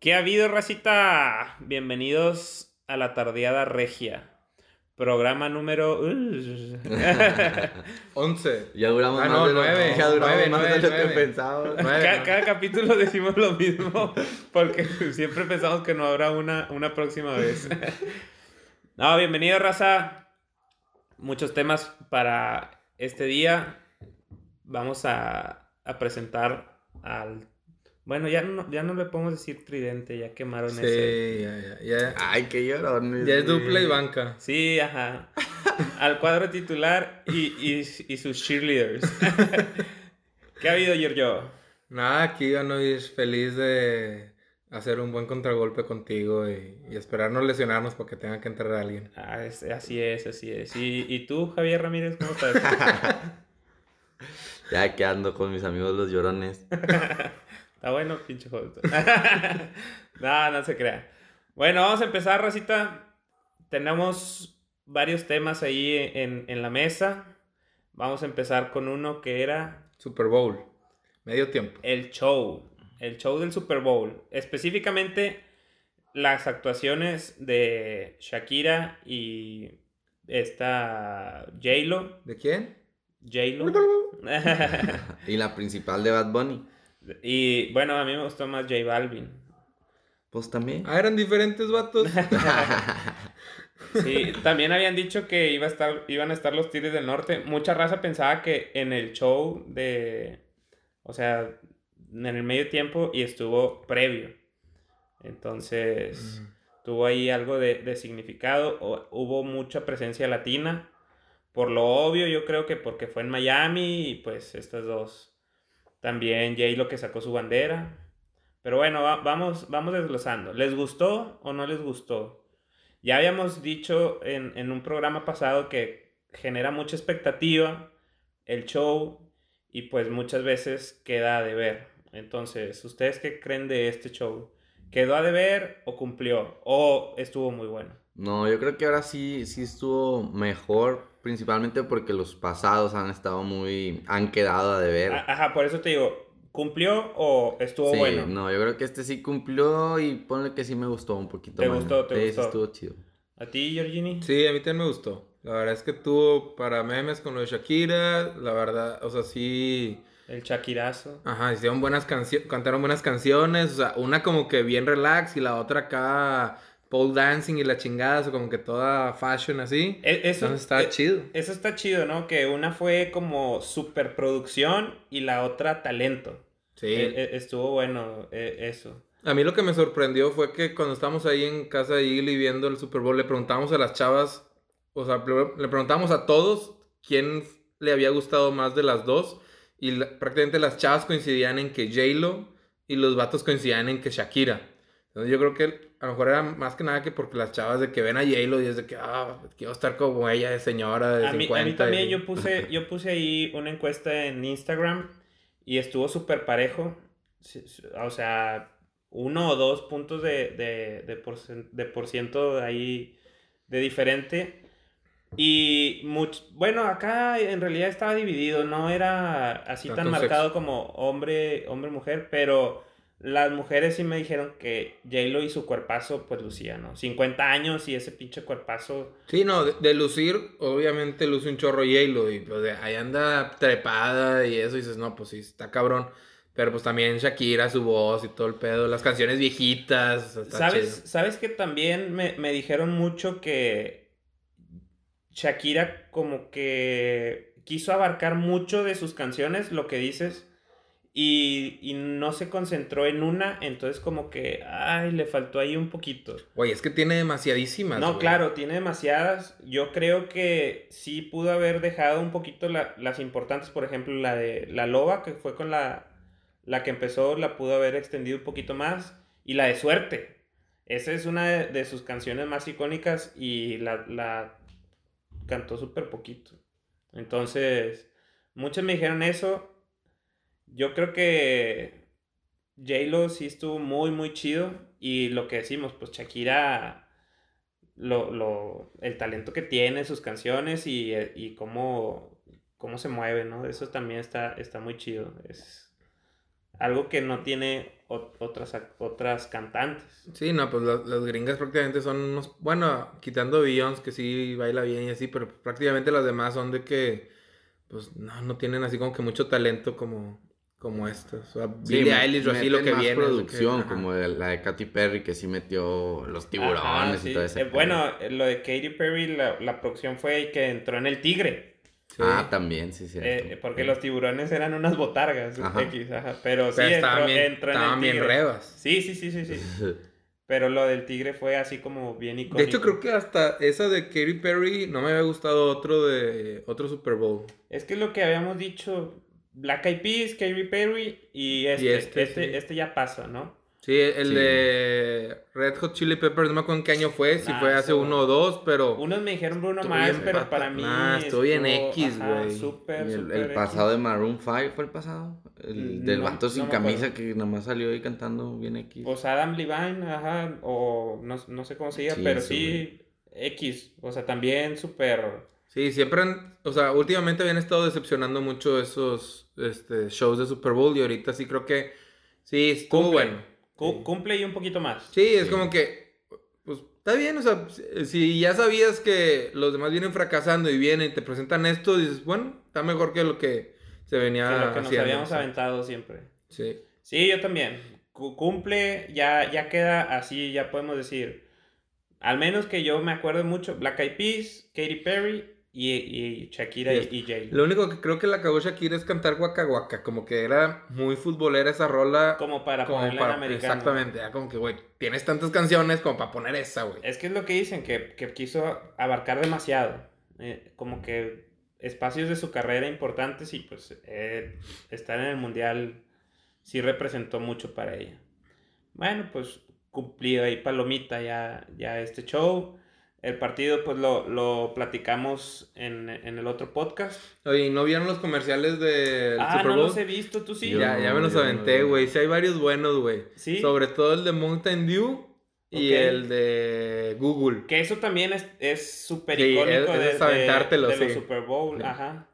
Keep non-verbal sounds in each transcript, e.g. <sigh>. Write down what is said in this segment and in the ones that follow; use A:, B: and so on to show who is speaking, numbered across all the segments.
A: ¿Qué ha habido, racita? Bienvenidos a la tardeada regia. Programa número... uh,
B: 11.
C: Ya duramos
B: Ah,
C: más
B: no,
C: de lo,
B: nueve,
C: ya duramos
B: nueve,
C: más de
B: nueve,
C: lo
B: nueve.
C: que
A: <laughs>
C: pensaba.
A: Ca- Cada, capítulo decimos lo mismo porque siempre pensamos que no habrá una, una próxima vez. No, bienvenido, raza. Muchos temas para este día. Vamos a, a presentar al... Bueno, ya no, ya no le podemos decir tridente, ya quemaron ese.
B: Sí, ya, ya, ya.
C: Ay, qué llorón.
B: Ya es dupla y banca.
A: Sí, ajá. Al cuadro titular y, y, y sus cheerleaders. ¿Qué ha habido, Giorgio?
B: Nada, aquí Anois, feliz de hacer un buen contragolpe contigo y, y esperar no lesionarnos porque tenga que entrar alguien.
A: Ah, es- así es, así es. ¿Y, y tú, Javier Ramírez, cómo estás?
C: Ya que ando con mis amigos los llorones.
A: Está bueno, pinche jodido. <laughs> no, no se crea. Bueno, vamos a empezar, Racita. Tenemos varios temas ahí en, en la mesa. Vamos a empezar con uno que era
B: Super Bowl. Medio tiempo.
A: el show. El show del Super Bowl. Específicamente las actuaciones de Shakira y esta J-Lo.
B: ¿De quién? <laughs>
A: J-Lo.
C: Y la principal de Bad Bunny.
A: Y bueno, a mí me gustó más J Balvin.
C: Pues también.
B: Ah, eran diferentes vatos.
A: Sí, también habían dicho que iba a estar, iban a estar los Tigres del Norte. Mucha raza pensaba que en el show de. O sea, en el medio tiempo y estuvo previo. Entonces, tuvo ahí algo de, de significado. o- hubo mucha presencia latina. Por lo obvio, yo creo que porque fue en Miami y pues estas dos. También Jay lo que sacó su bandera. Pero bueno, va- vamos, vamos desglosando. ¿Les gustó o no les gustó? Ya habíamos dicho en, en un programa pasado que genera mucha expectativa el show y pues muchas veces queda de ver. Entonces, ¿ustedes qué creen de este show? ¿Quedó a deber o cumplió? ¿O estuvo muy bueno?
C: <laughs> No, yo creo que ahora sí, sí estuvo mejor. Principalmente porque los pasados han estado muy. han quedado a deber.
A: A- Ajá, por eso te digo, ¿cumplió o estuvo
C: Sí,
A: bueno?
C: No, yo creo que este sí cumplió y ponle que sí me gustó un poquito
A: ¿Te
C: más.
A: gustó, te
C: Sí, sí
A: gustó?
C: estuvo chido.
A: ¿A ti, Georgini?
B: Sí, a mí también me gustó. La verdad es que tuvo para memes con lo de Shakira. La verdad, o sea, sí.
A: El Shakirazo.
B: Ajá, hicieron buenas canciones, cantaron buenas canciones, o sea, una como que bien relax y la otra acá pole dancing y la chingada, o sea, como que toda fashion así.
A: E- eso,
B: Entonces está
A: e-
B: chido.
A: Eso está chido, ¿no? Que una fue como superproducción y la otra talento.
B: Sí.
A: E- e- estuvo bueno eh, eso.
B: A mí lo que me sorprendió fue que cuando estábamos ahí en casa de Igli viendo el Super Bowl, le preguntamos a las chavas, o sea, pre- le preguntamos a todos quién le había gustado más de las dos y la- prácticamente las chavas coincidían en que J-Lo y los vatos coincidían en que Shakira. Entonces yo creo que a lo mejor era más que nada que porque las chavas de que ven a J-Lo y es de que, ah, quiero estar como ella de señora de
A: A mí,
B: 50.
A: a mí también
B: y-
A: yo puse,
B: <laughs>
A: yo puse ahí una encuesta en Instagram y estuvo súper parejo. Sí, sí, O sea, uno o dos puntos de, de, de, porcen- de por ciento ahí de diferente. Y much- bueno, acá en realidad estaba dividido, no era así tan
B: Tanto
A: marcado
B: sexo.
A: como hombre, hombre, mujer, pero las mujeres sí me dijeron que J-Lo y su cuerpazo, pues lucía, ¿no? 50 años y ese pinche cuerpazo.
B: Sí, no, de, de lucir, obviamente luce un chorro J-Lo y pues de- ahí anda trepada y eso, y dices, no, pues sí, está cabrón. Pero pues también Shakira, su voz y todo el pedo, las canciones viejitas, o sea, está
A: ¿Sabes,
B: chido.
A: ¿Sabes que también me, me dijeron mucho que Shakira como que quiso abarcar mucho de sus canciones, lo que dices, y, y no se concentró en una, entonces como que, ay, le faltó ahí un poquito.
B: Güey, es que tiene demasiadísimas.
A: No,
B: güey.
A: claro, tiene demasiadas. Yo creo que sí pudo haber dejado un poquito la- las importantes, por ejemplo, la de la loba, que fue con la, la que empezó, la pudo haber extendido un poquito más. Y la de suerte. Esa es una de, de sus canciones más icónicas y la, la cantó súper poquito. Entonces, muchos me dijeron eso. Yo creo que J-Lo sí estuvo muy, muy chido. Y lo que decimos, pues Shakira lo, lo, el talento que tiene, sus canciones y, eh, y cómo, cómo se mueve, ¿no? Eso también está, está muy chido. Es, Algo que no tiene ot- otras, ac- otras cantantes.
B: Sí, no, pues las, las gringas prácticamente son unos. Bueno, quitando Beyoncé, que sí baila bien y así, pero pues, prácticamente las demás son de que. Pues no, no tienen así como que mucho talento como, como estas. O sea,
C: Sí,
B: Billie
C: me-
B: Eilish o así lo
C: meten
B: que
C: más
B: viene. es lo que-
C: producción,
B: ajá.
C: como de la de Katy Perry, que sí metió los tiburones
A: Ajá,
C: y
A: sí.
C: todo ese
A: Eh,
C: pedo.
A: bueno, eh, lo de Katy Perry, la, la producción fue que entró en el tigre.
B: Sí.
C: Ah, también, sí, sí.
A: Eh, porque
C: <laughs>
A: los tiburones eran unas botargas.
C: Ajá.
A: X, ajá, Pero sí,
B: Pero
A: entró,
B: estaban bien,
A: entró en el
B: estaban bien
A: tigre.
B: rebas.
A: Sí, sí, sí, sí, sí. Pero lo del tigre fue así como bien icónico.
B: De hecho, creo que hasta esa de Katy Perry no me había gustado otro de otro Super Bowl.
A: Es que es lo que habíamos dicho. Black Eyed Peas, Katy Perry y este.
B: este,
A: este, este,
B: sí.
A: ya pasa, ¿no?
B: Sí, el
C: Sí.
B: de Red Hot Chili Peppers, no me acuerdo en qué año fue, si
A: Nah,
B: fue hace
A: eso-
B: uno o dos, pero...
A: Unos me dijeron Bruno
B: Estuvo
A: Mars,
B: bien
A: pero
B: pata-
A: para mí.
B: nah, estuvo bien X,
A: ajá,
B: güey.
A: Súper,
C: Y el,
A: súper
C: el
A: X. Mm,
C: pasado de Maroon 5 fue el pasado. El del
A: No,
C: vato
A: no
C: sin
A: me
C: camisa
A: acuerdo.
C: que nada más salió ahí cantando bien aquí.
A: Pues Adam Levine, ajá, o no, no sé cómo se diga,
C: Sí,
A: pero
C: eso,
A: sí, X. O sea, también súper.
B: Sí, siempre han... O sea, últimamente habían estado decepcionando mucho esos este, shows de Super Bowl y ahorita sí creo que... Sí, estuvo
A: Cumple.
B: bueno.
A: Cu-
B: Sí.
A: Cumple y un poquito más.
B: Sí, es
C: Sí.
B: como que... Pues está bien, o sea, si- si ya sabías que los demás vienen fracasando y vienen y te presentan esto, dices, bueno, está mejor que lo que se venía
A: Que lo que nos
B: haciendo,
A: habíamos
B: sí.
A: aventado siempre.
B: Sí.
A: Sí, yo también. Cu- cumple, ya, ya queda así, ya podemos decir. Al menos que yo me acuerdo mucho, Black Eyed Peas, Katy Perry y, y Shakira
B: Yes.
A: y, y Jay.
B: Lo único que creo que la cagó Shakira es cantar Waka Waka, como que era muy futbolera esa rola.
A: Como para
B: como
A: ponerla
B: para-
A: en americano.
B: exactamente, ya como que, güey, tienes tantas canciones como para poner esa, güey.
A: Es que es lo que dicen, que, que quiso abarcar demasiado. eh, como que espacios de su carrera importantes y pues eh, estar en el mundial sí representó mucho para ella. Bueno, pues cumplido ahí palomita ya, ya este show. El partido pues lo, lo platicamos en, en el otro podcast.
B: Oye, ¿y ¿no vieron los comerciales del
A: ah,
B: Super
A: no
B: Bowl?
A: los he visto, tú sí.
C: Yo
B: Ya, ya me los
C: yo no
B: aventé,
C: vi.
B: güey. Sí hay varios buenos, güey.
A: Sí.
B: Sobre todo el de Mountain Dew y
A: Ok.
B: el de Google.
A: Que eso también es- es súper
B: Sí,
A: icónico
B: es-
A: de,
B: es
A: de-
B: aventártelo,
A: de
B: sí.
A: los Super Bowl.
B: Sí.
A: Ajá.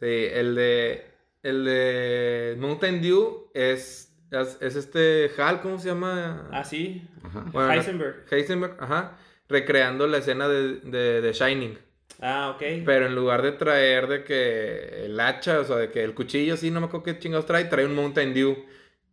B: Sí, el de el de Mountain Dew es es, es este Hal, ¿cómo se llama?
A: Así.
C: Ajá.
B: Bueno, no-
A: Ah, Heisenberg.
B: Heisenberg, ajá, recreando la escena de, de, de Shining.
A: Ah, ok.
B: Pero en lugar de traer de que el hacha, o sea, de que el cuchillo, sí, no me acuerdo qué chingados trae, trae un Mountain Dew.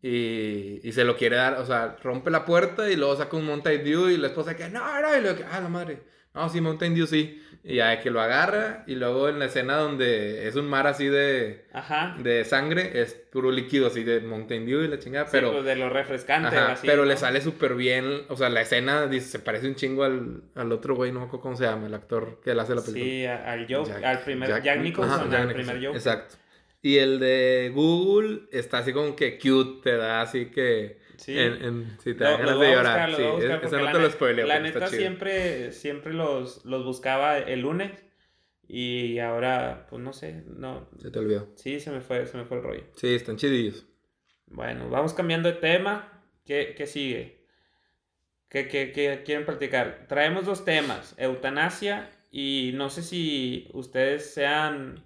B: Y, y se lo quiere dar, o sea, rompe la puerta y luego saca un Mountain Dew y la esposa que, no, no, y luego que, ah, la madre, no, sí, Mountain Dew, sí. Y ya de que lo agarra y luego en la escena donde es un mar así de,
A: Ajá.
B: de sangre, es puro líquido así de Mountain Dew y la chingada,
A: Sí,
B: pero...
A: pues, de lo refrescante.
B: Ajá,
A: así,
B: pero
A: ¿no?
B: le sale súper bien. O sea, la escena dice, se parece un chingo al, al otro güey, no me acuerdo cómo se llama, el actor que le hace la película.
A: Sí, a- al Joe,
C: Jack-
A: al primer Jack, Nicholson,
B: Ajá, Jack
A: al
B: Nicholson,
A: primer Joe.
B: Exacto. Y el de Google está así como que cute, te da así que.
A: Sí.
B: en- en- si te
A: Lo-
B: dan
A: lo
B: ganas
A: voy
B: de
A: a buscar,
B: llorar.
A: lo
B: sí,
A: voy a buscar,
B: es-
A: porque
B: esa no
A: la
B: te lo
A: ne-
B: spoileo.
A: La
B: porque está
A: neta
B: chido.
A: siempre, siempre los, los buscaba el lunes y ahora, pues no sé, no.
B: Se te olvidó.
A: Sí, se me fue, se me fue el rollo.
B: Sí, están chidillos.
A: Bueno, vamos cambiando de tema. ¿Qué, qué sigue? ¿Qué, qué, qué quieren platicar? Traemos dos temas, eutanasia y no sé si ustedes sean,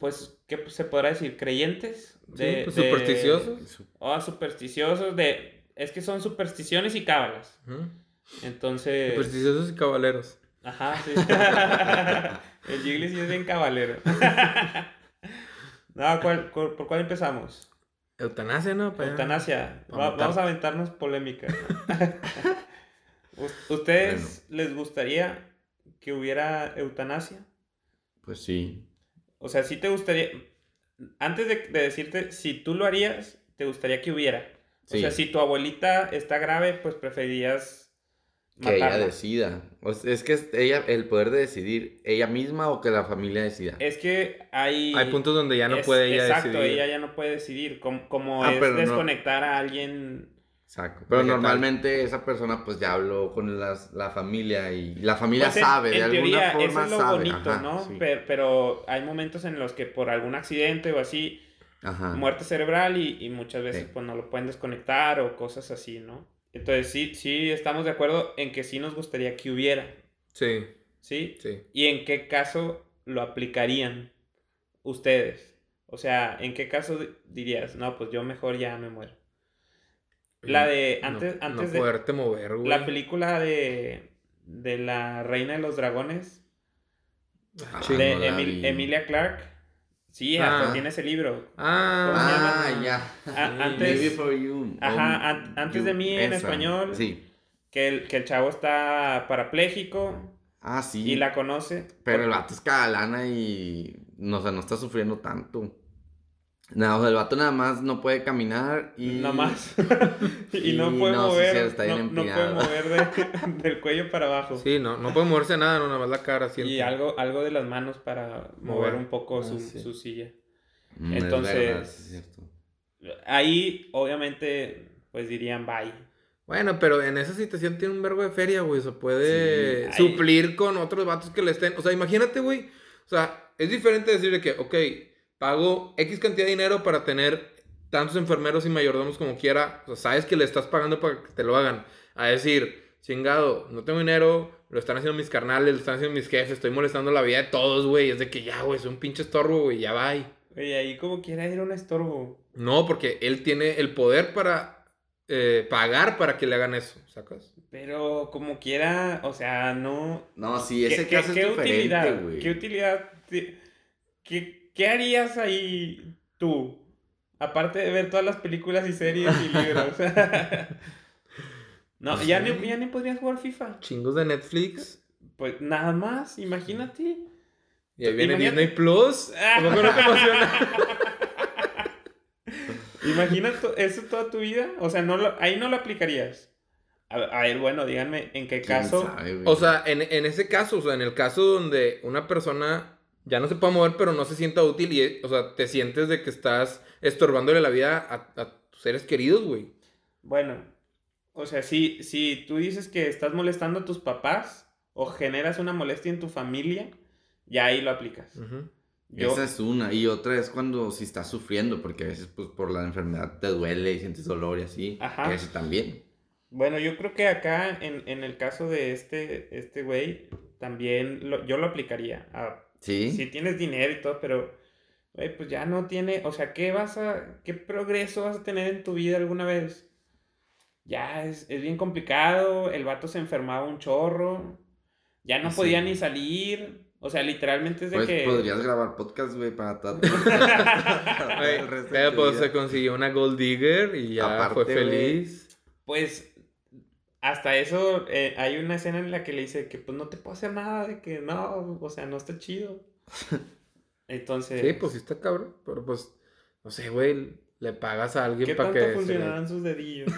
A: pues, ¿qué se podrá decir? ¿Creyentes?
B: sí, pues, supersticiosos.
A: O supersticiosos de... Es que son supersticiones y cábalas.
B: Ujú.
A: Entonces...
B: Supersticiosos y caballeros.
A: Ajá, sí. El Jiggly sí <laughs> es bien cabalero. <laughs> No, ¿cuál- cu- ¿por cuál empezamos?
B: Eutanasia, ¿no? Pues, Pa' allá.
A: Eutanasia.
B: Para
A: Va-
B: matar.
A: vamos a aventarnos polémica. Us- ¿Ustedes les gustaría que hubiera eutanasia?
C: Pues sí.
A: O sea, si te gustaría. Antes de, de decirte si tú lo harías, te gustaría que hubiera.
C: Sí.
A: O sea, si tu abuelita está grave, pues preferirías
C: Que ella
A: matarla.
C: decida. O sea, es que es ella, el poder de decidir ella misma o que la familia decida.
A: Es que hay.
B: Hay puntos donde ya no
A: es-
B: puede ella
A: Exacto,
B: decidir.
A: ella ya no puede decidir. Como, como
C: Ah,
A: es
C: pero no.
A: desconectar a alguien.
C: Exacto. Pero
B: Vegetal.
C: normalmente esa persona pues ya habló con las- la familia y la familia
A: Pues en-
C: sabe, de
A: en
C: alguna
A: teoría,
C: forma
A: eso es lo
C: sabe.
A: bonito,
C: Ajá,
A: ¿no?
C: sí.
A: Per- Pero, hay momentos en los que por algún accidente o así,
C: Ajá.
A: muerte cerebral y, y muchas veces
C: Ah. Sí.
A: pues no lo pueden desconectar o cosas así, ¿no? Entonces sí, sí estamos de acuerdo en que sí nos gustaría que hubiera,
B: Sí,
A: ¿sí?
B: sí.
A: ¿Y en qué caso lo aplicarían ustedes? O sea, ¿en qué caso di- dirías? No, pues yo mejor ya me muero. La de
B: No-
A: antes,
B: no,
A: antes de
B: poderte mover, güey.
A: la película de, de la Reina de los Dragones
C: Ah,
A: de
C: no la
A: Emil-
C: vi.
A: Emilia Clark. Sí,
B: Ah.
A: hasta tiene ese libro.
B: Ah,
C: Ah, ya.
A: A-
B: Sí,
C: Maybe
A: antes
C: for you.
A: Ajá,
C: Um,
A: an- antes de mí en español.
C: Sí.
A: que el, que el chavo está parapléjico
C: Ah, sí.
A: y la conoce.
C: Pero el vato es cagalana y. No, o sea, no está sufriendo tanto. Nada, o sea, el vato nada más no puede caminar y.
A: Nada
C: <laughs>
A: más. <laughs> y,
C: y
A: no puede
C: no, sí,
A: mover.
C: sí, está bien
A: no, no puede
C: empinado.
A: mover de- <laughs> del cuello para abajo.
B: sí, no, no puede moverse nada, no, nada más la cara. siempre.
A: y algo, algo de las manos para mover
B: Mover.
A: un poco
B: Ah,
A: su,
B: sí.
A: su silla.
C: Mm, es
A: Entonces-
C: verdad, sí es cierto.
A: Ahí, obviamente, pues dirían bye.
B: Bueno, pero en esa situación tiene un vergo de feria, güey. Se puede
A: Sí, ahí-
B: suplir con otros vatos que le estén. O sea, imagínate, güey. O sea, es diferente decirle que, ok, pago X cantidad de dinero para tener tantos enfermeros y mayordomos como quiera. O sea, sabes que le estás pagando para que te lo hagan. A decir, chingado, no tengo dinero, lo están haciendo mis carnales, lo están haciendo mis jefes, estoy molestando la vida de todos, güey. Es de que ya, güey, es un pinche estorbo, güey, ya va.
A: Y ahí como quiera era un estorbo.
B: No, porque él tiene el poder para eh, pagar para que le hagan eso, ¿sacas?
A: Pero como quiera, o sea, no...
C: No, sí, ese caso es diferente,
A: utilidad?
C: güey.
A: ¿Qué utilidad? te- ¿Qué, ¿Qué harías ahí tú? Aparte de ver todas las películas y series y
C: <laughs>
A: libros. <laughs> no,
B: Pues
A: ya,
B: sí.
A: ni, ya ni podrías jugar FIFA.
B: chingos de Netflix.
A: Pues nada más, imagínate.
B: Y ahí viene
A: Imagínate.
B: Disney Plus. Tampoco no te
C: <laughs>
B: emociona.
A: Imagina to- eso toda tu vida. O sea, no lo- ahí no lo aplicarías. A, a ver, bueno, díganme en qué
C: ¿Quién
A: caso.
C: sabe, güey?
B: O sea, en, en ese caso, o sea, en el caso donde una persona ya no se puede mover, pero no se sienta útil y, o sea, te sientes de que estás estorbándole la vida a, a tus seres queridos, güey.
A: Bueno, o sea, si, si tú dices que estás molestando a tus papás o generas una molestia en tu familia, ya ahí lo aplicas.
B: Ujú.
A: Yo,
C: Esa es una. Y otra es cuando si estás sufriendo, porque a veces pues por la enfermedad te duele y sientes dolor y así.
A: Ajá.
C: Eso también.
A: Bueno, yo creo que acá, en, en el caso de este, este güey, también lo- yo lo aplicaría. A
C: Sí.
A: si tienes dinero y todo, pero güey, pues ya no tiene, o sea, ¿qué vas a, qué progreso vas a tener en tu vida alguna vez? Ya es, es bien complicado, el vato se enfermaba un chorro, ya no
C: Sí.
A: podía ni salir, o sea, literalmente es de
C: Pues
A: que...
C: podrías grabar podcast, güey,
A: <laughs>
C: para todo
B: Güey, pero, pues se consiguió una gold digger y ya
C: Aparte,
B: fue
C: güey.
B: feliz.
A: Pues hasta eso eh, hay una escena en la que le dice que pues no te puedo hacer nada, de que no, o sea, no está
B: <laughs>
A: chido. Entonces,
B: Sí, pues sí está cabrón, pero pues, no sé, güey, le pagas a
A: ¿qué
B: alguien
A: tanto
B: para que... se le-
A: funcionarán sus
B: <laughs>
A: dedillos?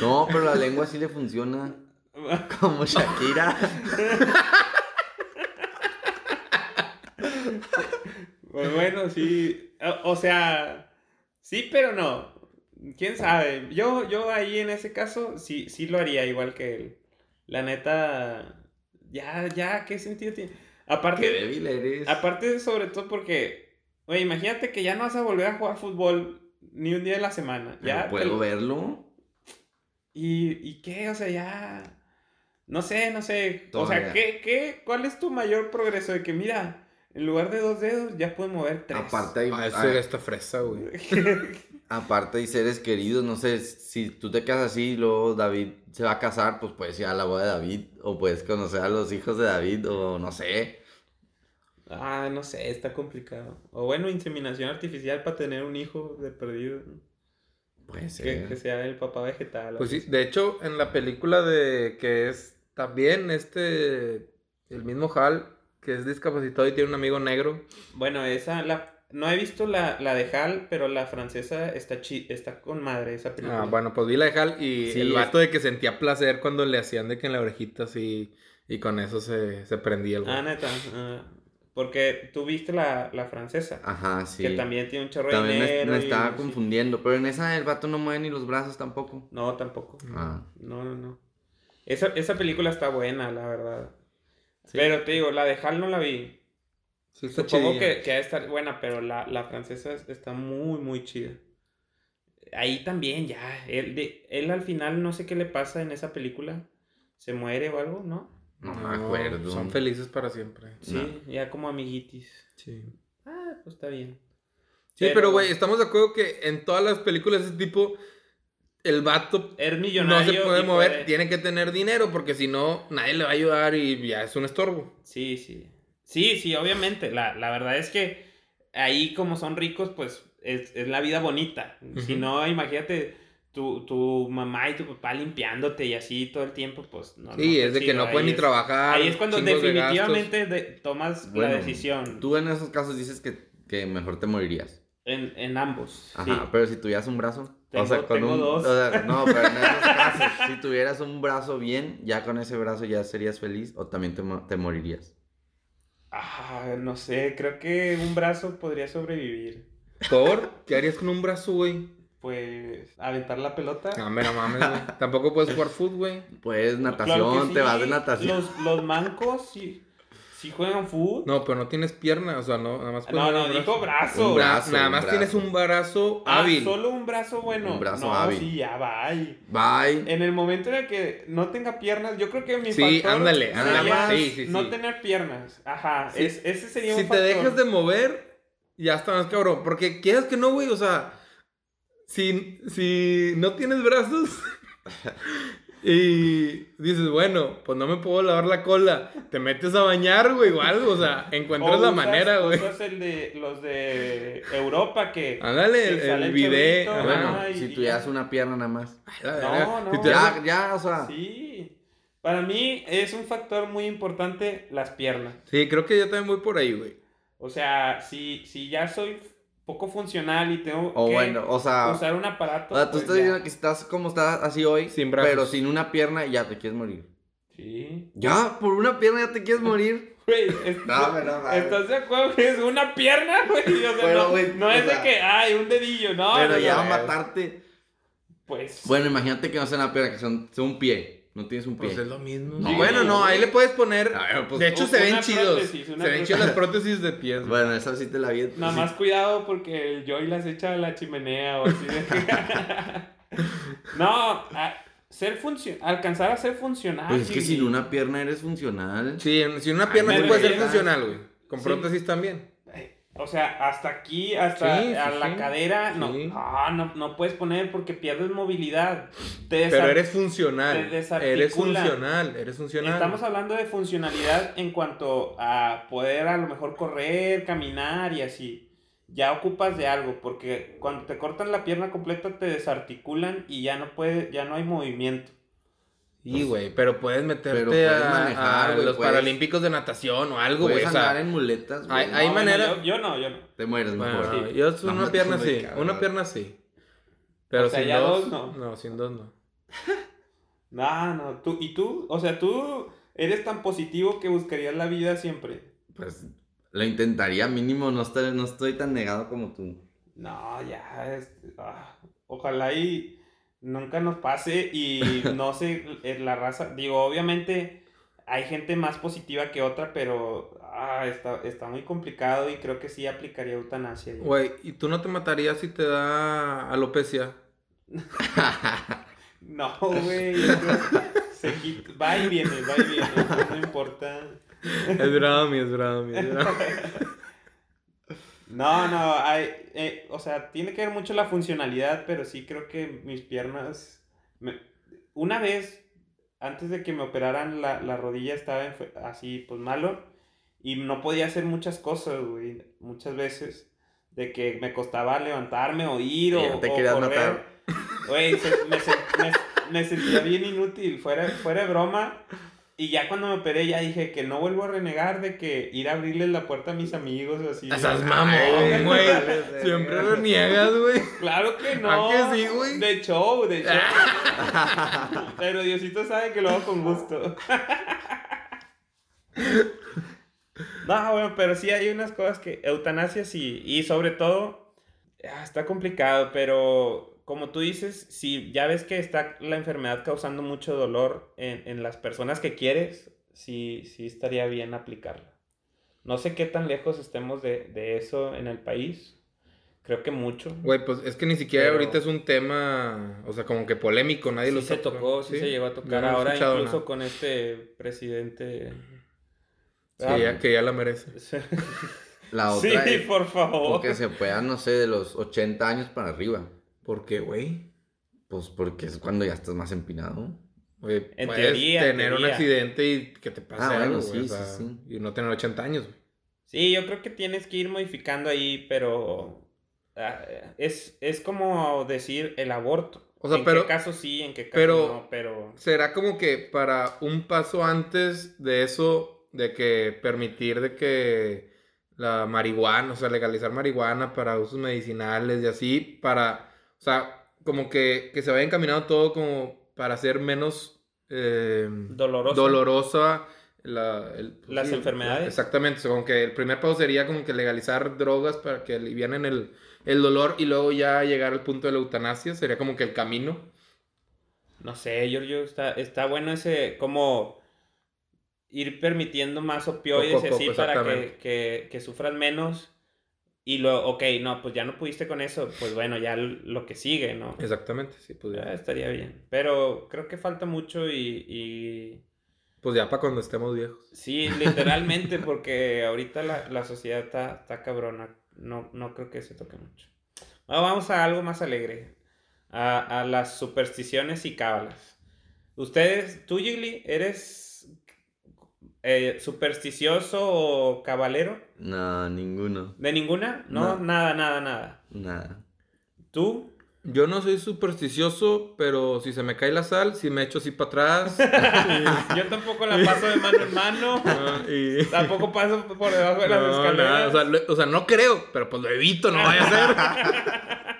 C: No, pero la lengua sí
A: <laughs>
C: le funciona. Como Shakira.
A: Pues bueno, sí. O, o sea, sí, pero no. ¿Quién sabe? Yo, yo ahí en ese caso sí, sí lo haría igual que él. La neta, ya, ya, ¿qué sentido tiene?
C: Qué
A: Aparte,
C: débil eres.
A: aparte sobre todo porque, güey, imagínate que ya no vas a volver a jugar fútbol ni un día de la semana.
C: Pero
A: Ya te-
C: puedo verlo.
A: ¿Y, ¿Y qué? O sea, ya. No sé, no sé. O sea,
C: Todavía.
A: ¿qué, qué, ¿cuál es tu mayor progreso? De que, mira, en lugar de dos dedos, ya puedo mover tres.
C: Aparte hay,
B: Ah, eso
C: hay-
B: era esta fresa, güey.
C: aparte hay seres queridos, no sé, si tú te casas así y luego David se va a casar, pues puedes ir a la boda de David o puedes conocer a los hijos de David o no sé.
A: <laughs> Ah, no sé, está complicado. O bueno, inseminación artificial para tener un hijo de perdido.
C: Puede
A: Que, que
C: ser.
A: sea el papá vegetal.
B: Pues sí, de hecho, en la película de que es también este, el mismo Hal, que es discapacitado y tiene un amigo negro.
A: Bueno, esa, la... No he visto la, la de Hal, pero la francesa está, chi... está con madre esa película.
B: Ah, bueno, pues vi la de Hal y
C: Sí,
B: el
C: es-
B: vato de que sentía placer cuando le hacían de que en la orejita así, y con eso se, se prendía el güey.
A: Ah, neta. ah, porque tú viste la, la francesa.
C: Ajá, Ah, sí.
A: Que también tiene un chorro
C: También
A: de
C: me-
A: dinero.
C: me,
A: y-
C: estaba
A: sí.
C: confundiendo, pero en esa el vato no mueve ni los brazos tampoco.
A: No, tampoco.
C: Ah.
A: No, no, no. Esa, esa película está buena, la verdad.
B: Sí.
A: Pero te digo, la de Hal no la vi.
B: Sí, está
A: Supongo
B: chidilla.
A: que, que ha de estar buena, pero la, la francesa es- está muy, muy chida. Ahí también ya. Él, de- él al final no sé qué le pasa en esa película. Se muere o algo, ¿no?
C: No,
B: No,
C: me acuerdo.
B: Son felices para siempre.
A: Sí, ya como amiguitis.
B: Sí.
A: Ah, pues está bien.
B: Sí, pero güey, estamos de acuerdo que en todas las películas de ese tipo, el vato
A: Es
B: no
A: millonario.
B: se puede
A: y
B: mover,
A: puede-
B: tiene que tener dinero, porque si no, nadie le va a ayudar y ya es un estorbo.
A: Sí, sí. Sí, sí, obviamente. La, la verdad es que ahí como son ricos, pues es, es la vida bonita. Si
B: Ujú.
A: no, imagínate tu, tu mamá y tu papá limpiándote y así todo el tiempo, pues no.
B: sí,
A: no,
B: es de que
A: chido.
B: no
A: Ahí este,
B: pueden ni
A: es-
B: trabajar.
A: Ahí es cuando
B: chingos de gastos.
A: definitivamente <laughs> de- tomas
C: Bueno,
A: la decisión.
C: Tú en esos casos dices que, que mejor te morirías.
A: En, en ambos.
C: Ajá,
A: sí.
C: pero si tuvieras un brazo.
A: Tengo- tengo
C: un,
A: dos.
C: o sea, no, pero en
A: <laughs>
C: esos casos, si tuvieras un brazo bien, ya con ese brazo ya serías feliz o también te, mo- te morirías.
A: Ah, no sé, creo que un brazo podría sobrevivir.
B: Thor, ¿qué harías con un brazo, güey?
A: Pues aventar la pelota.
B: No, me la mames, güey.
A: <laughs>
B: Tampoco puedes jugar fútbol, güey.
C: Pues natación,
A: Claro que sí.
C: te vas de natación.
A: Los, los mancos sí, sí juegan fútbol.
B: No, pero no tienes pierna, o sea, no, nada más puedes
A: No,
B: mover
A: no,
B: un
A: dijo
B: Na-
A: brazo.
C: Un brazo,
B: nada
C: un
B: más
C: brazo.
B: tienes un brazo
A: Ah,
B: hábil.
A: Solo un brazo bueno.
C: Un brazo
A: no,
C: hábil.
A: sí, ya va. y
C: Bye.
A: En el momento en el que no tenga piernas, yo creo que mi
B: Sí,
A: factor
B: ándale,
A: sería
C: ándale,
B: sí, sí,
A: no
B: sí.
A: tener piernas. Ajá,
B: Sí.
A: es- ese sería
B: Si
A: un
B: te
A: factor.
B: dejas de mover, ya está más cabrón. Porque quieras que no, güey, o sea, si, si no tienes brazos <laughs> y dices, bueno, pues no me puedo lavar la cola, te metes a bañar, güey, o algo, o sea, encuentras
A: O
B: la
A: usas-
B: manera, güey.
A: Usas el de los de Europa que
B: Ándale, el,
A: que sale
B: el
A: el
B: video.
A: chavito,
B: ajá.
C: Bueno,
A: Ay,
C: si
A: y-
C: tuvieras una pierna nada más.
B: Ay, la verga.
A: no,
B: Si
A: no.
B: te ah, das-
C: Ya, ya, o sea.
A: Sí. Para mí es un factor muy importante las piernas.
B: Sí, creo que yo también voy por ahí, güey.
A: O sea, si, si ya soy poco funcional y tengo
C: O
A: que
C: bueno, o sea.
A: usar un aparato.
C: o sea, tú
A: pues
C: estás
A: ya.
C: diciendo que estás como estás así hoy,
B: Sin brazos.
C: pero sin una pierna y ya te quieres morir.
A: Sí.
C: Ya, por una pierna ya te
A: <laughs>
C: quieres morir.
A: Güey, es-
C: <laughs> No, pero no, mames.
A: ¿estás de acuerdo que es una pierna, güey? O sea,
C: Pero,
A: no,
C: güey,
A: no
C: o
A: es
C: sea,
A: de que, ay, un dedillo, no. no,
C: Pero
A: no,
C: ya va a
B: no.
C: matarte.
A: Pues.
C: Bueno, imagínate que no sea una pierna, que son- sea un pie. No tienes un pie.
B: Pues es lo mismo.
C: No,
B: Sí, bueno, no, ahí le puedes poner.
C: A ver, pues,
B: de hecho, pues,
A: u-
B: se ven
A: una
B: chidos.
A: prótesis,
B: Se
A: una
B: ven chidas las prótesis de pies. güey.
C: Bueno, esa sí te la vi. Pues
A: Nada
C: sí.
A: más cuidado porque el Joy las echa a la chimenea o así. de
B: <laughs>
A: que- no, a- ser funcio- alcanzar a ser funcional.
C: Pues es que
A: y-
C: sin una pierna eres funcional.
B: Sí, en- sin una pierna
A: Ay,
B: sí
A: me
B: puede ser
A: refiero-
B: funcional, güey. Con
A: Sí.
B: prótesis también.
A: O sea, hasta aquí, hasta
B: Sí, sí,
A: a la
B: sí.
A: cadera, no,
B: Sí.
A: no, no, no puedes poner porque pierdes movilidad. Te
B: Pero
A: desa-
B: eres
A: te
B: funcional.
A: desarticula.
B: Eres funcional. Eres funcional.
A: Estamos hablando de funcionalidad en cuanto a poder a lo mejor correr, caminar y así. Ya ocupas de algo, porque cuando te cortan la pierna completa te desarticulan y ya no puede, ya no hay movimiento.
B: Sí, güey, pero puedes meterte
C: Pero puedes
B: a,
C: manejar,
B: a
C: güey,
B: los
C: puedes-
B: paralímpicos de natación o algo, güey.
C: Puedes
B: O
C: andar
B: sea,
C: en muletas, güey.
B: hay- hay
A: No, bueno,
B: manera-
A: yo, yo no, yo no.
C: Te mueres
B: bueno,
C: mejor.
B: no, yo soy
C: No,
B: una
C: no,
B: pierna
C: tú
B: sí.
C: muy cabrón.
B: Una pierna sí. Pero
A: O sea,
B: sin
A: ya
B: dos.
A: dos, no.
B: No, sin dos no.
A: No, Ah, no, tú, y tú, o sea, tú eres tan positivo que buscarías la vida siempre.
C: Pues lo intentaría mínimo, no estoy, no estoy tan negado como tú.
A: No, ya, es- ah, ojalá y nunca nos pase
B: <laughs>
A: y no sé eh, la raza. Digo, obviamente hay gente más positiva que otra, pero ah, está, está muy complicado y creo que sí aplicaría eutanasia. yo.
B: Güey, ¿y tú no te matarías si te da alopecia?
A: No, güey. yo- se quita- va y viene, va y viene, no importa.
B: Es brami, es brami, es brami.
A: <laughs> No, no, hay, eh, o sea, tiene que ver mucho la funcionalidad, pero sí creo que mis piernas... me- una vez, antes de que me operaran, la, la rodilla estaba enfe- así, pues malo, y no podía hacer muchas cosas, güey, muchas veces, de que me costaba levantarme o ir
C: Sí,
A: o,
C: te
A: o
C: querías
A: correr.
C: matar.
A: Güey, se- me, sen- me- me sentía bien inútil, fuera, fuera de broma. Y ya cuando me operé, ya dije que no vuelvo a renegar de que ir a abrirles la puerta a mis amigos o así.
B: Esas
A: Ay,
B: mamón, güey.
C: güey.
B: Siempre reniegas, güey.
A: Claro que no.
B: ¿A que sí, güey?
A: De show, de
B: <laughs>
A: show. Pero Diosito sabe que lo hago con gusto. No, bueno, pero sí hay unas cosas que eutanasia sí, y sobre todo ah, está complicado, pero como tú dices, si ya ves que está la enfermedad causando mucho dolor en, en las personas que quieres, sí, sí estaría bien aplicarla. No sé qué tan lejos estemos de, de eso en el país, creo que mucho.
B: Güey, pues es que ni siquiera
A: Pero-
B: ahorita es un tema, o sea, como que polémico, nadie
A: sí
B: lo
A: se
B: está
A: tocó,
B: tocando.
A: sí, se llegó a
B: Yo
A: tocar.
B: no he
A: Ahora
B: escuchado
A: incluso
B: nada.
A: con este presidente.
B: Sí, ya- que ya la merece.
A: Sí.
C: La
A: Ah, <laughs> Sí,
C: otra es
A: por favor.
C: porque se puedan, no sé, de los 80 años para arriba.
B: ¿Por qué, güey?
C: Pues porque es cuando ya estás más empinado.
B: Güey,
A: En
B: puedes
A: teoría, en
B: tener un
A: teoría.
B: accidente y que te pase
C: Ah, bueno,
B: algo,
C: sí,
B: güey. o
C: sí,
B: sea,
C: sí.
B: Y no tener 80 años, güey.
A: Sí, yo creo que tienes que ir modificando ahí, pero ah, es, es como decir el aborto.
B: O sea,
A: en
B: pero-
A: qué caso sí, en qué caso
B: pero-
A: no, pero
B: ¿Será como que para un paso antes de eso, de que permitir de que la marihuana, o sea, legalizar marihuana para usos medicinales y así, para, o sea, como que, que se vaya encaminado todo como para ser menos eh,
A: doloroso.
B: dolorosa la- el- pues,
A: Las enfermedades.
B: Exactamente, o sea, como que el primer paso sería como que legalizar drogas para que alivianen el, el dolor y luego ya llegar al punto de la eutanasia, sería como que el camino.
A: No sé, Giorgio, está, está bueno ese, como ir permitiendo más opioides
B: Poco a
A: y así
B: poco,
A: para que,
B: exactamente.
A: que, que sufran menos. Y luego, ok, no, pues ya no pudiste con eso, pues bueno, ya l- lo que sigue, ¿no?
B: Exactamente, sí, pues ya.
A: Ah, estaría bien. Pero creo que falta mucho y, y
B: Pues ya para cuando estemos viejos.
A: sí, literalmente, porque ahorita la, la sociedad está, está cabrona. No, no creo que se toque mucho. Ah, vamos a algo más alegre. A, a las supersticiones y cábalas. Ustedes, tú, Gigli, ¿eres eh, supersticioso o cabalero?
C: No, ninguno.
A: ¿De ninguna? No,
C: No.
A: nada, nada, nada.
C: Nada.
B: <laughs>
A: ¿Tú?
B: Yo no soy supersticioso, pero si se me cae la sal, si me echo así
A: <laughs>
B: para atrás.
A: Yo tampoco la paso de mano en mano.
B: ah,
A: <laughs>
B: y-
A: Tampoco paso por debajo de las
B: No,
A: escaleras.
B: nada, o, sea, lo- o sea, no creo, pero pues lo evito, no vaya a ser.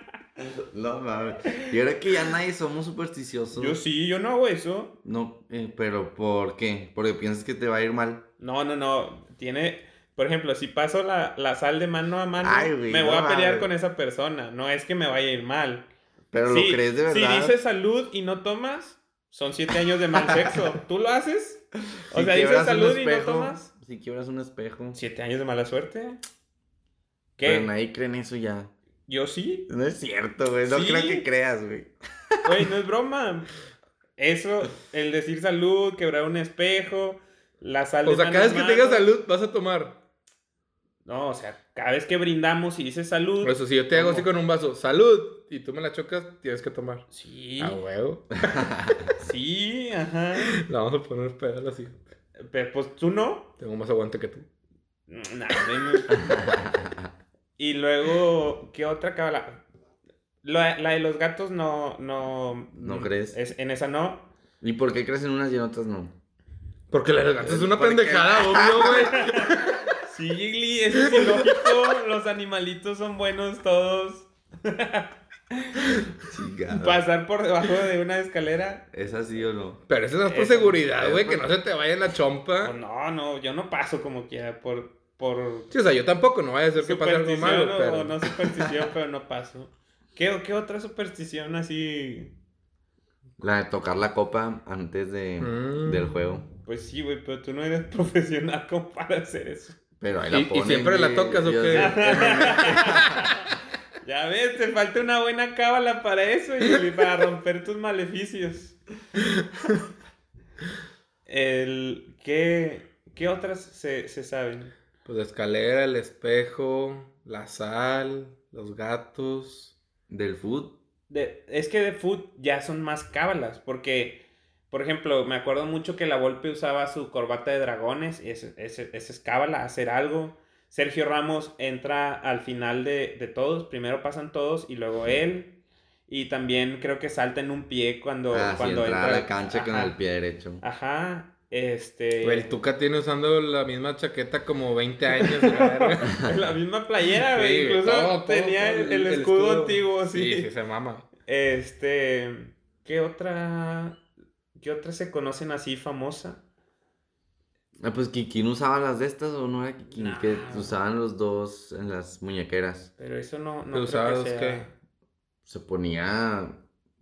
C: No mames. Y ahora que ya nadie somos supersticiosos.
A: Yo sí, yo no hago eso.
C: No, eh, pero ¿por qué? Porque piensas que te va a ir mal.
A: No, no, no. Tiene. Por ejemplo, si paso la, la sal de mano a mano,
C: Ay, güey,
A: me voy
C: no
A: a pelear
C: mames.
A: con esa persona. No es que me vaya a ir mal.
C: Pero
A: Sí,
C: lo crees de
A: Si
C: verdad.
A: dices salud y no tomas, son siete años de
C: <laughs>
A: mal sexo. ¿Tú lo haces? O
C: Si
A: sea, dices
C: quiebras un
A: salud y no
C: espejo,
A: tomas.
C: Si quiebras un espejo.
A: ¿Siete años de mala suerte? ¿Qué?
C: Pero nadie cree en eso ya.
A: Yo sí.
C: No es cierto, güey. No
A: Sí.
C: creo que creas, güey.
A: Güey, no es broma. Eso, el decir salud, quebrar un espejo, la sal
B: O
A: de
B: sea,
A: mano
B: cada
A: a
B: vez que
A: mano.
B: tengas salud, vas a tomar.
A: No, o sea, cada vez que brindamos y dices salud.
B: Por eso, si yo te hago así
A: ¿Cómo?
B: con un vaso, salud, y tú me la chocas, tienes que tomar.
A: Sí,
C: Ah,
B: A huevo. <laughs>
A: sí, ajá.
B: La vamos a poner pedal así.
A: Pero pues tú no. Mm,
B: Tengo más aguante que tú.
A: Nah,
B: <laughs>
A: ven. y luego, ¿qué otra cábala? La, la de los gatos no, no. Mm,
C: ¿No crees?
A: es- en esa no.
C: ¿Y por qué crees en unas y en otras no?
B: Porque la delgata es una
C: ¿Por qué?
A: <laughs>
B: pendejada, obvio, güey.
A: Sí, Jiggly, eso es ilógico. los animalitos son buenos todos.
C: Chingada.
A: Pasar por debajo de una escalera.
C: Pues, ¿Es así o no?
B: Pero eso es por
A: Eso,
B: seguridad,
C: eso
B: güey, que
C: por-
B: no se te vaya en la chompa.
A: Pues no, no, yo no paso como quiera por. por
B: Sí, o sea, yo tampoco, no vaya a ser que pase algo malo,
A: superstición o-
B: pero...
A: o no superstición, pero no paso. ¿Qué, ¿Qué otra superstición así?
C: La de tocar la copa antes de,
B: Mm.
C: del juego.
A: Pues sí, güey, pero tú no eres <laughs> profesional como para hacer eso.
C: Pero ahí la
B: ¿Y- y
C: ponen,
B: siempre la
C: güey.
B: tocas o
C: Yo-
B: qué?
A: Ya ves, te falta una buena cábala para eso y para romper tus maleficios. El, ¿qué, ¿Qué otras se, se saben?
B: Pues la escalera, el espejo, la sal, los gatos.
C: Del food.
A: De- es que de foot ya son más cábalas, porque, por ejemplo, me acuerdo mucho que la Volpe usaba su corbata de dragones, y ese, ese, ese es cábala, hacer algo. Sergio Ramos entra al final de, de todos, primero pasan todos y luego él. Y también creo que salta en un pie cuando,
C: Ah, sí,
A: cuando
C: entrar a la cancha con
A: Ajá.
C: el pie derecho.
A: Ajá, este...
B: Güey, El Tuca tiene usando la misma chaqueta como 20 años. la verga.
A: La misma <laughs> playera,
B: <laughs> Sí,
A: güey,
B: güey,
A: incluso
B: todo, todo,
A: tenía
B: todo,
A: el, el escudo, antiguo,
B: Sí, sí, se mama.
A: Este, ¿qué otra, qué otra se conocen así famosa?
C: Ah, pues Kikín usaba las de estas o no era Kikín
A: Nah.
C: que usaban los dos en las muñequeras.
A: Pero eso no, no
B: Pero
A: creo
B: usaba
A: que
B: dos
A: sea-
B: que-
C: Se ponía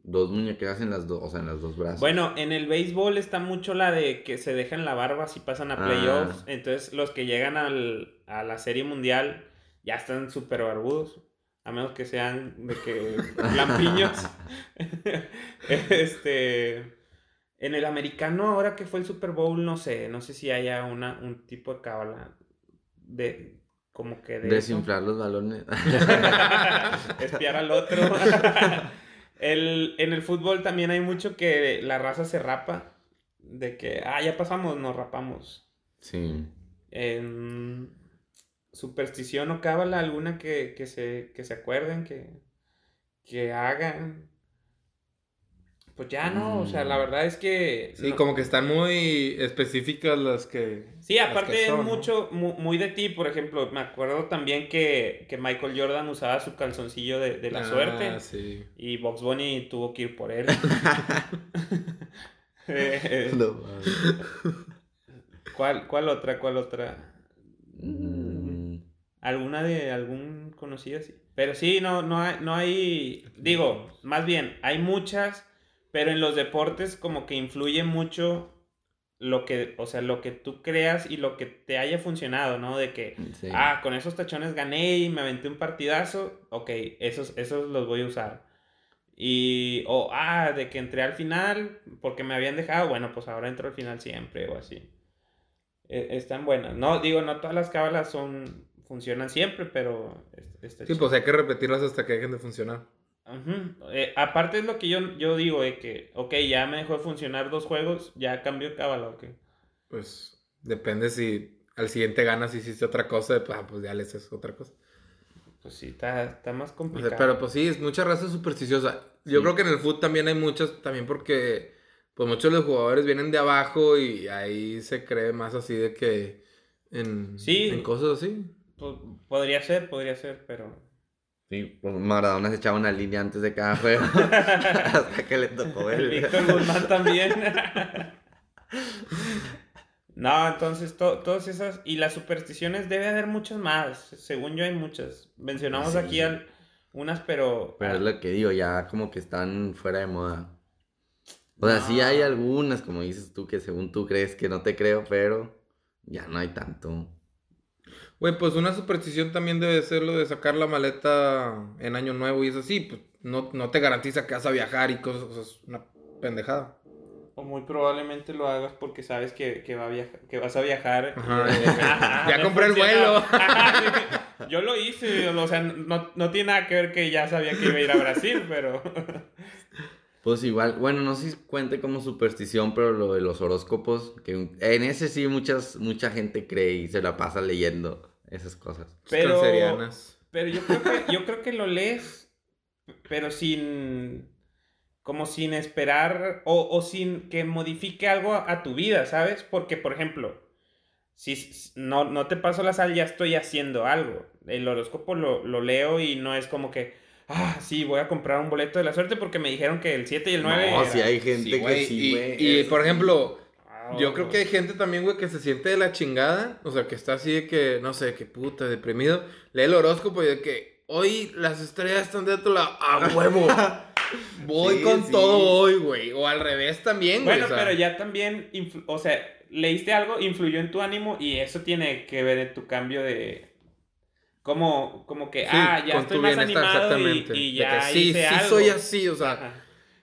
C: dos muñequeras en las dos, o sea, en las dos brazos.
A: Bueno, en el béisbol está mucho la de que se dejan la barba si pasan a
C: Ah.
A: playoffs. Entonces, los que llegan al, a la serie mundial ya están súper barbudos. A menos que sean de que lampiños. <laughs> este. En el americano, ahora que fue el Super Bowl, no sé. No sé si haya una, un tipo de cábala de como que de eso.
C: Desinflar los balones. <laughs>
A: <laughs> espiar al otro. el, en el fútbol también hay mucho que la raza se rapa. De que, ah, ya pasamos, nos rapamos.
C: sí.
A: En superstición o cábala alguna que, que se, que se acuerden, que, que hagan. Pues ya no, o sea, la verdad es que...
B: Mm. Sí,
A: no-
B: como que están muy específicas las que...
A: Sí,
B: las que
A: aparte es
B: son, ¿no?
A: mucho, mu- muy, de ti, por ejemplo, me acuerdo también que, que Michael Jordan usaba su calzoncillo de, de la
B: Ah,
A: suerte
B: sí.
A: y Box Bunny tuvo que ir por él. Eh,
C: No.
A: ¿cuál, ¿Cuál otra? ¿Cuál otra?
C: Mm.
A: ¿Alguna de algún conocido así? Pero sí, no, no hay, no hay, digo, más bien, hay muchas, pero en los deportes como que influye mucho lo que, o sea, lo que tú creas y lo que te haya funcionado, ¿no? De que,
C: Sí.
A: ah, con esos tachones gané y me aventé un partidazo, ok, esos, esos los voy a usar. Y, o, ah, de que entré al final porque me habían dejado, bueno, pues ahora entro al final siempre o así. E- están buenas. No, digo, no todas las cábalas son, funcionan siempre, pero... es- está
B: Sí,
A: chido.
B: pues hay que repetirlas hasta que dejen de funcionar.
A: Ujú. Eh, aparte es lo que yo, yo digo, de que, ok, ya me dejó de funcionar dos juegos, ya cambio de cábala, ok.
B: Pues depende si al siguiente ganas hiciste otra cosa, pues, ah, pues ya le haces otra cosa.
A: Pues sí, está, está más
B: O
A: complicado.
B: sea, pero pues sí, es mucha raza supersticiosa. Yo
C: Sí.
B: creo que en el fútbol también hay muchas, también porque pues muchos de los jugadores vienen de abajo y ahí se cree más así de que en,
A: Sí.
B: en cosas así.
A: Po- Pues, Podría ser, podría ser, pero...
C: Sí, pues Maradona se echaba una línea antes de cada
A: <laughs>
C: juego. Hasta que le tocó
A: El
C: él.
A: Víctor Guzmán también. <laughs> No, entonces to- todas esas y las supersticiones debe haber muchas más. Según yo hay muchas. Mencionamos
C: Sí.
A: aquí al- unas, pero,
C: Pero es lo que digo, ya como que están fuera de moda. O sea, sí
A: No.
C: hay algunas, como dices tú, que según tú crees que no te creo, pero ya no hay tanto.
B: Güey, pues una superstición también debe ser lo de sacar la maleta en año nuevo y eso sí, pues no, no te garantiza que vas a viajar y cosas, o sea, es una pendejada.
A: o muy probablemente lo hagas porque sabes que, que va a viaja- que vas a viajar.
B: Ajá.
A: <laughs> Ajá,
B: <laughs> Ya
A: me
B: compré el
A: funciona.
B: vuelo.
A: <laughs> Ajá, sí. Yo lo hice, o sea, no, no tiene nada que ver que ya sabía que iba a ir a Brasil, pero
C: Pues igual, bueno, no sé si cuente como superstición, pero lo de los horóscopos, que un- en ese sí muchas, mucha gente cree y se la pasa leyendo esas cosas.
A: Pero-
B: Cancerianas.
A: Pero yo creo que, yo creo que lo lees, pero sin. como sin esperar o, o sin que modifique algo a, a tu vida, ¿sabes? Porque, por ejemplo, si s- no, no te paso la sal, ya estoy haciendo algo. El horóscopo lo, lo leo y no es como que. Ah, sí, voy a comprar un boleto de la suerte porque me dijeron que el 7 y el 9.
C: No, sí hay gente
B: Sí,
C: que
B: güey,
C: sí,
B: y-
C: güey.
B: y
C: es-
B: por ejemplo,
A: Ah,
B: Yo
A: bueno.
B: creo que hay gente también, güey, que se siente de la chingada. O sea, que está así de que, no sé, que puta, deprimido. Lee el horóscopo y de que hoy las estrellas están de tu lado.
C: <laughs>
B: ¡A huevo! Voy
C: Sí,
B: con
C: sí.
B: todo hoy, güey. O al revés también, güey.
A: Bueno,
B: o sea,
A: pero ya también. influ- O sea, leíste algo, influyó en tu ánimo y eso tiene que ver en tu cambio de. Como, como que,
B: sí,
A: ah, ya
B: con
A: estoy
B: tu
A: más
B: bienestar,
A: animado y,
B: exactamente.
A: y
B: De
A: ya
B: que sí,
A: hice
B: sí
A: algo.
B: soy así, o sea.
A: Ajá.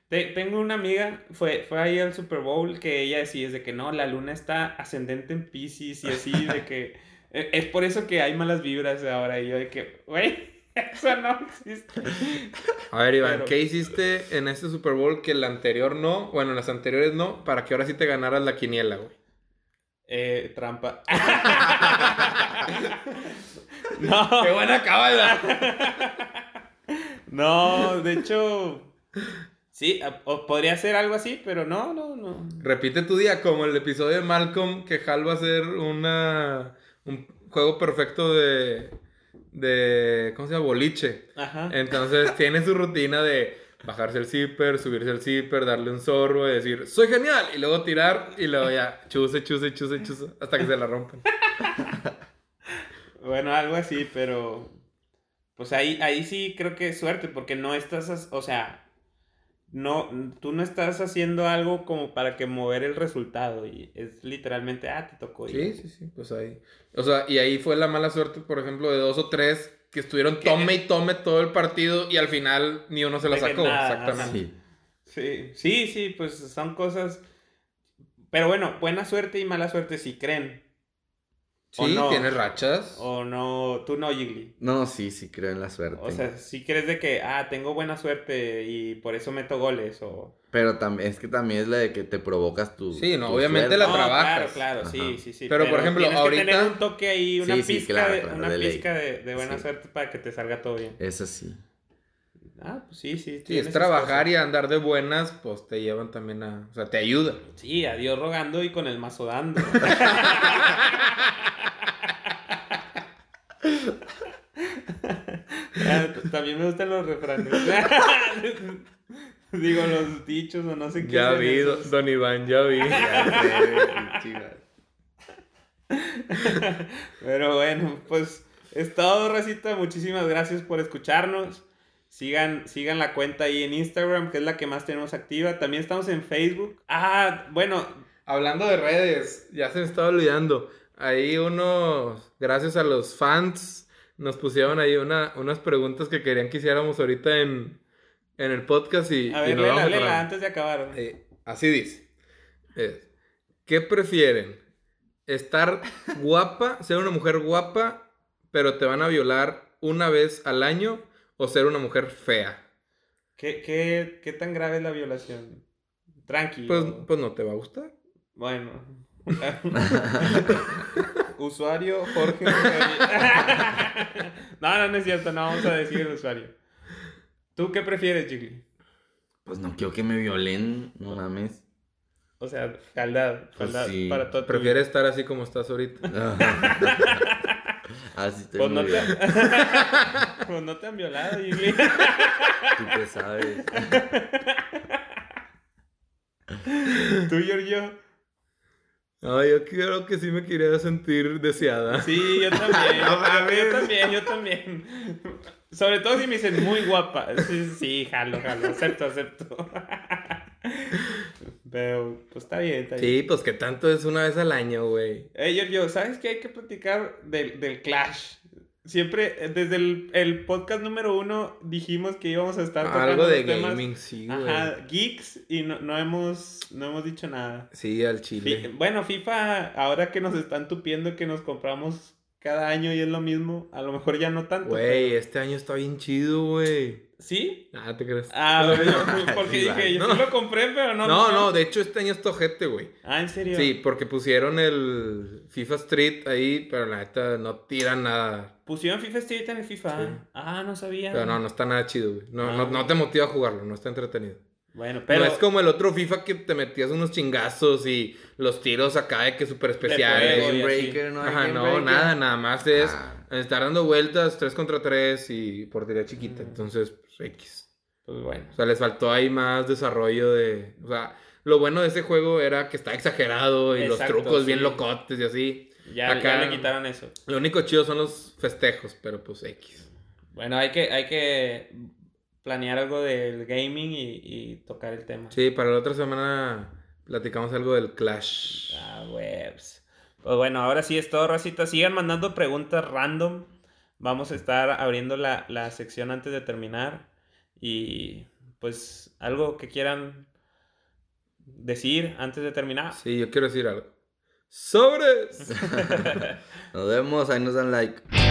A: Te- tengo una amiga, fue, fue ahí al Super Bowl, que ella decía, es de que no, la luna está ascendente en Pisces y así, de
B: <laughs>
A: que... eh, Es por eso que hay malas vibras ahora. Y yo de que, güey, <laughs> eso no existe.
B: A ver, Iván,
A: pero-
B: ¿qué hiciste en este Super Bowl que el anterior no? Bueno, en las anteriores no, para que ahora sí te ganaras la
A: <laughs>
B: quiniela, güey.
A: Eh, trampa. <laughs>
B: <laughs>
A: no.
B: ¡Qué buena cábala!
A: No, de hecho. Sí, a- o podría ser algo así, pero no, no, no.
B: Repite tu día, como el episodio de Malcolm, que Hal va a hacer una, un juego perfecto de, de. ¿Cómo se llama? Boliche.
A: Ajá.
B: <laughs> Entonces tiene su rutina de bajarse el zipper, subirse el zipper, darle un zorro y decir, soy genial, y luego tirar y luego ya, chuse, chuse, chuse, chuse, hasta que se la rompen.
A: Bueno, algo así, pero. Pues ahí, ahí sí creo que es suerte, porque no estás. as- O sea. No, tú no estás haciendo algo como para que mover el resultado. Y es literalmente, ah, te tocó. y-
B: Sí, sí, sí, pues ahí. O sea, y ahí fue la mala suerte, por ejemplo, de dos o tres que estuvieron tome y tome todo el partido y al final ni uno se la
A: De que
B: sacó.
A: nada,
B: Exactamente.
C: Sí.
A: Sí, sí, sí, pues son cosas. Pero bueno, buena suerte y mala suerte si creen. O
B: Sí,
A: no.
B: tiene rachas.
A: O no, tú no, Jiggly.
C: No, sí, sí creo en la suerte.
A: O sea, si crees de que, ah, tengo buena suerte y por eso meto goles o...
C: Pero también es que también es la de que te provocas tu.
B: Sí, no,
C: tu
B: obviamente la
A: No,
C: suerte. Ah,
B: trabajas.
A: Claro, claro, sí,
C: Ajá.
A: sí, sí.
B: Pero, por ejemplo,
A: tienes que tener
B: ahorita-
A: un toque ahí, una
C: Sí, sí,
A: pizca,
C: claro,
A: de,
C: claro,
A: una
C: de ley.
A: pizca de, de buena
C: Sí.
A: suerte para que te salga todo bien.
C: Es así.
A: Ah, pues sí, sí.
B: Si
A: tiene
B: es
A: sus
B: trabajar
A: cosas.
B: y andar de buenas, pues te llevan también a. O sea, te ayuda.
A: Sí, a Dios rogando y con el mazo
C: <laughs>
A: dando. Ah, t- También me gustan los refranes. <laughs> Digo, los dichos o no sé qué.
B: Ya
A: sean
B: vi,
A: esos.
B: don Iván, <laughs> ya vi.
A: Pero bueno, pues es todo, Racita. Muchísimas gracias por escucharnos. Sigan, sigan la cuenta ahí en Instagram, que es la que más tenemos activa. También estamos en Facebook. Ah, bueno,
B: Hablando de redes, ya se me estaba olvidando. Ahí unos, gracias a los fans, nos pusieron ahí una, unas preguntas que querían que hiciéramos ahorita en, en el podcast y,
A: a
B: y
A: ver,
B: nos
A: léela,
B: vamos a
A: léela,
B: hablar.
A: antes de acabar.
B: Eh, así dice. Es, ¿Qué prefieren? ¿Estar guapa, ser una mujer guapa, pero te van a violar una vez al año o ser una mujer fea?
A: ¿Qué, qué, qué tan grave es la violación? Tranqui.
B: Pues,
A: o-
B: pues no te va a gustar.
A: Bueno.
B: <laughs>
A: usuario Jorge. Rodríguez. <laughs> no, no, no es cierto, no vamos a decir el usuario. ¿Tú qué prefieres, Jiggly?
C: Pues no quiero que me violen,
B: <laughs>
C: no mames. <laughs>
A: O sea, caldad,
C: Pues
A: caldad
C: sí.
A: para todo.
B: Prefieres estar así como estás ahorita.
C: Así estoy
A: Pues
C: muy
A: no, te...
C: bien.
A: pues no te han violado, Jiggly.
C: Tú
B: <laughs>
C: qué sabes.
A: <laughs> Tú, Giorgio.
B: No, yo creo que sí me quería sentir deseada.
A: Sí, yo también.
B: <laughs> No mames.
A: yo también, yo también. Sobre todo si me dicen muy guapa. Sí, sí, jalo, jalo. Acepto, acepto. <laughs> Pero, pues está bien, está bien.
B: Sí, pues que tanto es una vez al año, güey.
A: Ey, Giorgio, ¿sabes qué hay que platicar del, del Clash? Siempre, eh, desde el, el podcast número uno, dijimos que íbamos a estar tocando
B: Algo de
A: los temas,
B: gaming, sí, güey.
A: Ajá, geeks, y no, no hemos, no hemos dicho nada.
B: Sí, al
A: Fi-
B: chile.
A: Bueno, FIFA, ahora que nos están tupiendo que nos compramos cada año y es lo mismo, a lo mejor ya no tanto.
B: Güey, este año está bien chido, güey.
A: pero- ¿Sí?
B: Ah, te crees.
A: Ah, bueno, <laughs> porque
C: Sí,
A: dije,
C: vale.
A: yo sí lo compré, pero no.
B: No, no, de hecho este año es tojete, güey.
A: Ah, ¿en serio?
B: Sí, porque pusieron el FIFA Street ahí, pero la neta no tira nada.
A: Pusieron FIFA Street en el FIFA.
B: Sí.
A: Ah, no sabía.
B: Pero no, no está nada chido, güey. No, no,
A: Ah.
B: no te motiva a jugarlo, no está entretenido.
A: Bueno, pero...
B: No es como el otro FIFA que te metías unos chingazos y los tiros acá de que súper
A: juego,
B: especiales.
A: y así.
C: Game Breaker, no hay
B: Ajá,
C: Game
B: no,
C: Breaker.
B: nada, nada más es
C: Ah.
B: estar dando vueltas 3 contra 3 y portería chiquita. Entonces, pues, X.
A: Pues bueno.
B: O sea, les faltó ahí más desarrollo de. O sea, lo bueno de ese juego era que está exagerado y
A: Exacto,
B: los trucos bien
A: sí.
B: locotes y así.
A: Ya,
B: Acá-
A: ya le quitaron eso.
B: Lo único chido son los festejos, pero pues X.
A: Bueno, hay que, hay que planear algo del gaming y, y tocar el tema.
B: Sí, para la otra semana platicamos algo del Clash.
A: Ah, webs. Pues bueno, ahora sí es todo, Racita. Sigan mandando preguntas random. Vamos a estar abriendo la, la sección antes de terminar. Y pues algo que quieran decir antes de terminar.
B: Sí, yo quiero decir algo. ¡Sobres!
A: <laughs>
C: Nos vemos, ahí nos dan like.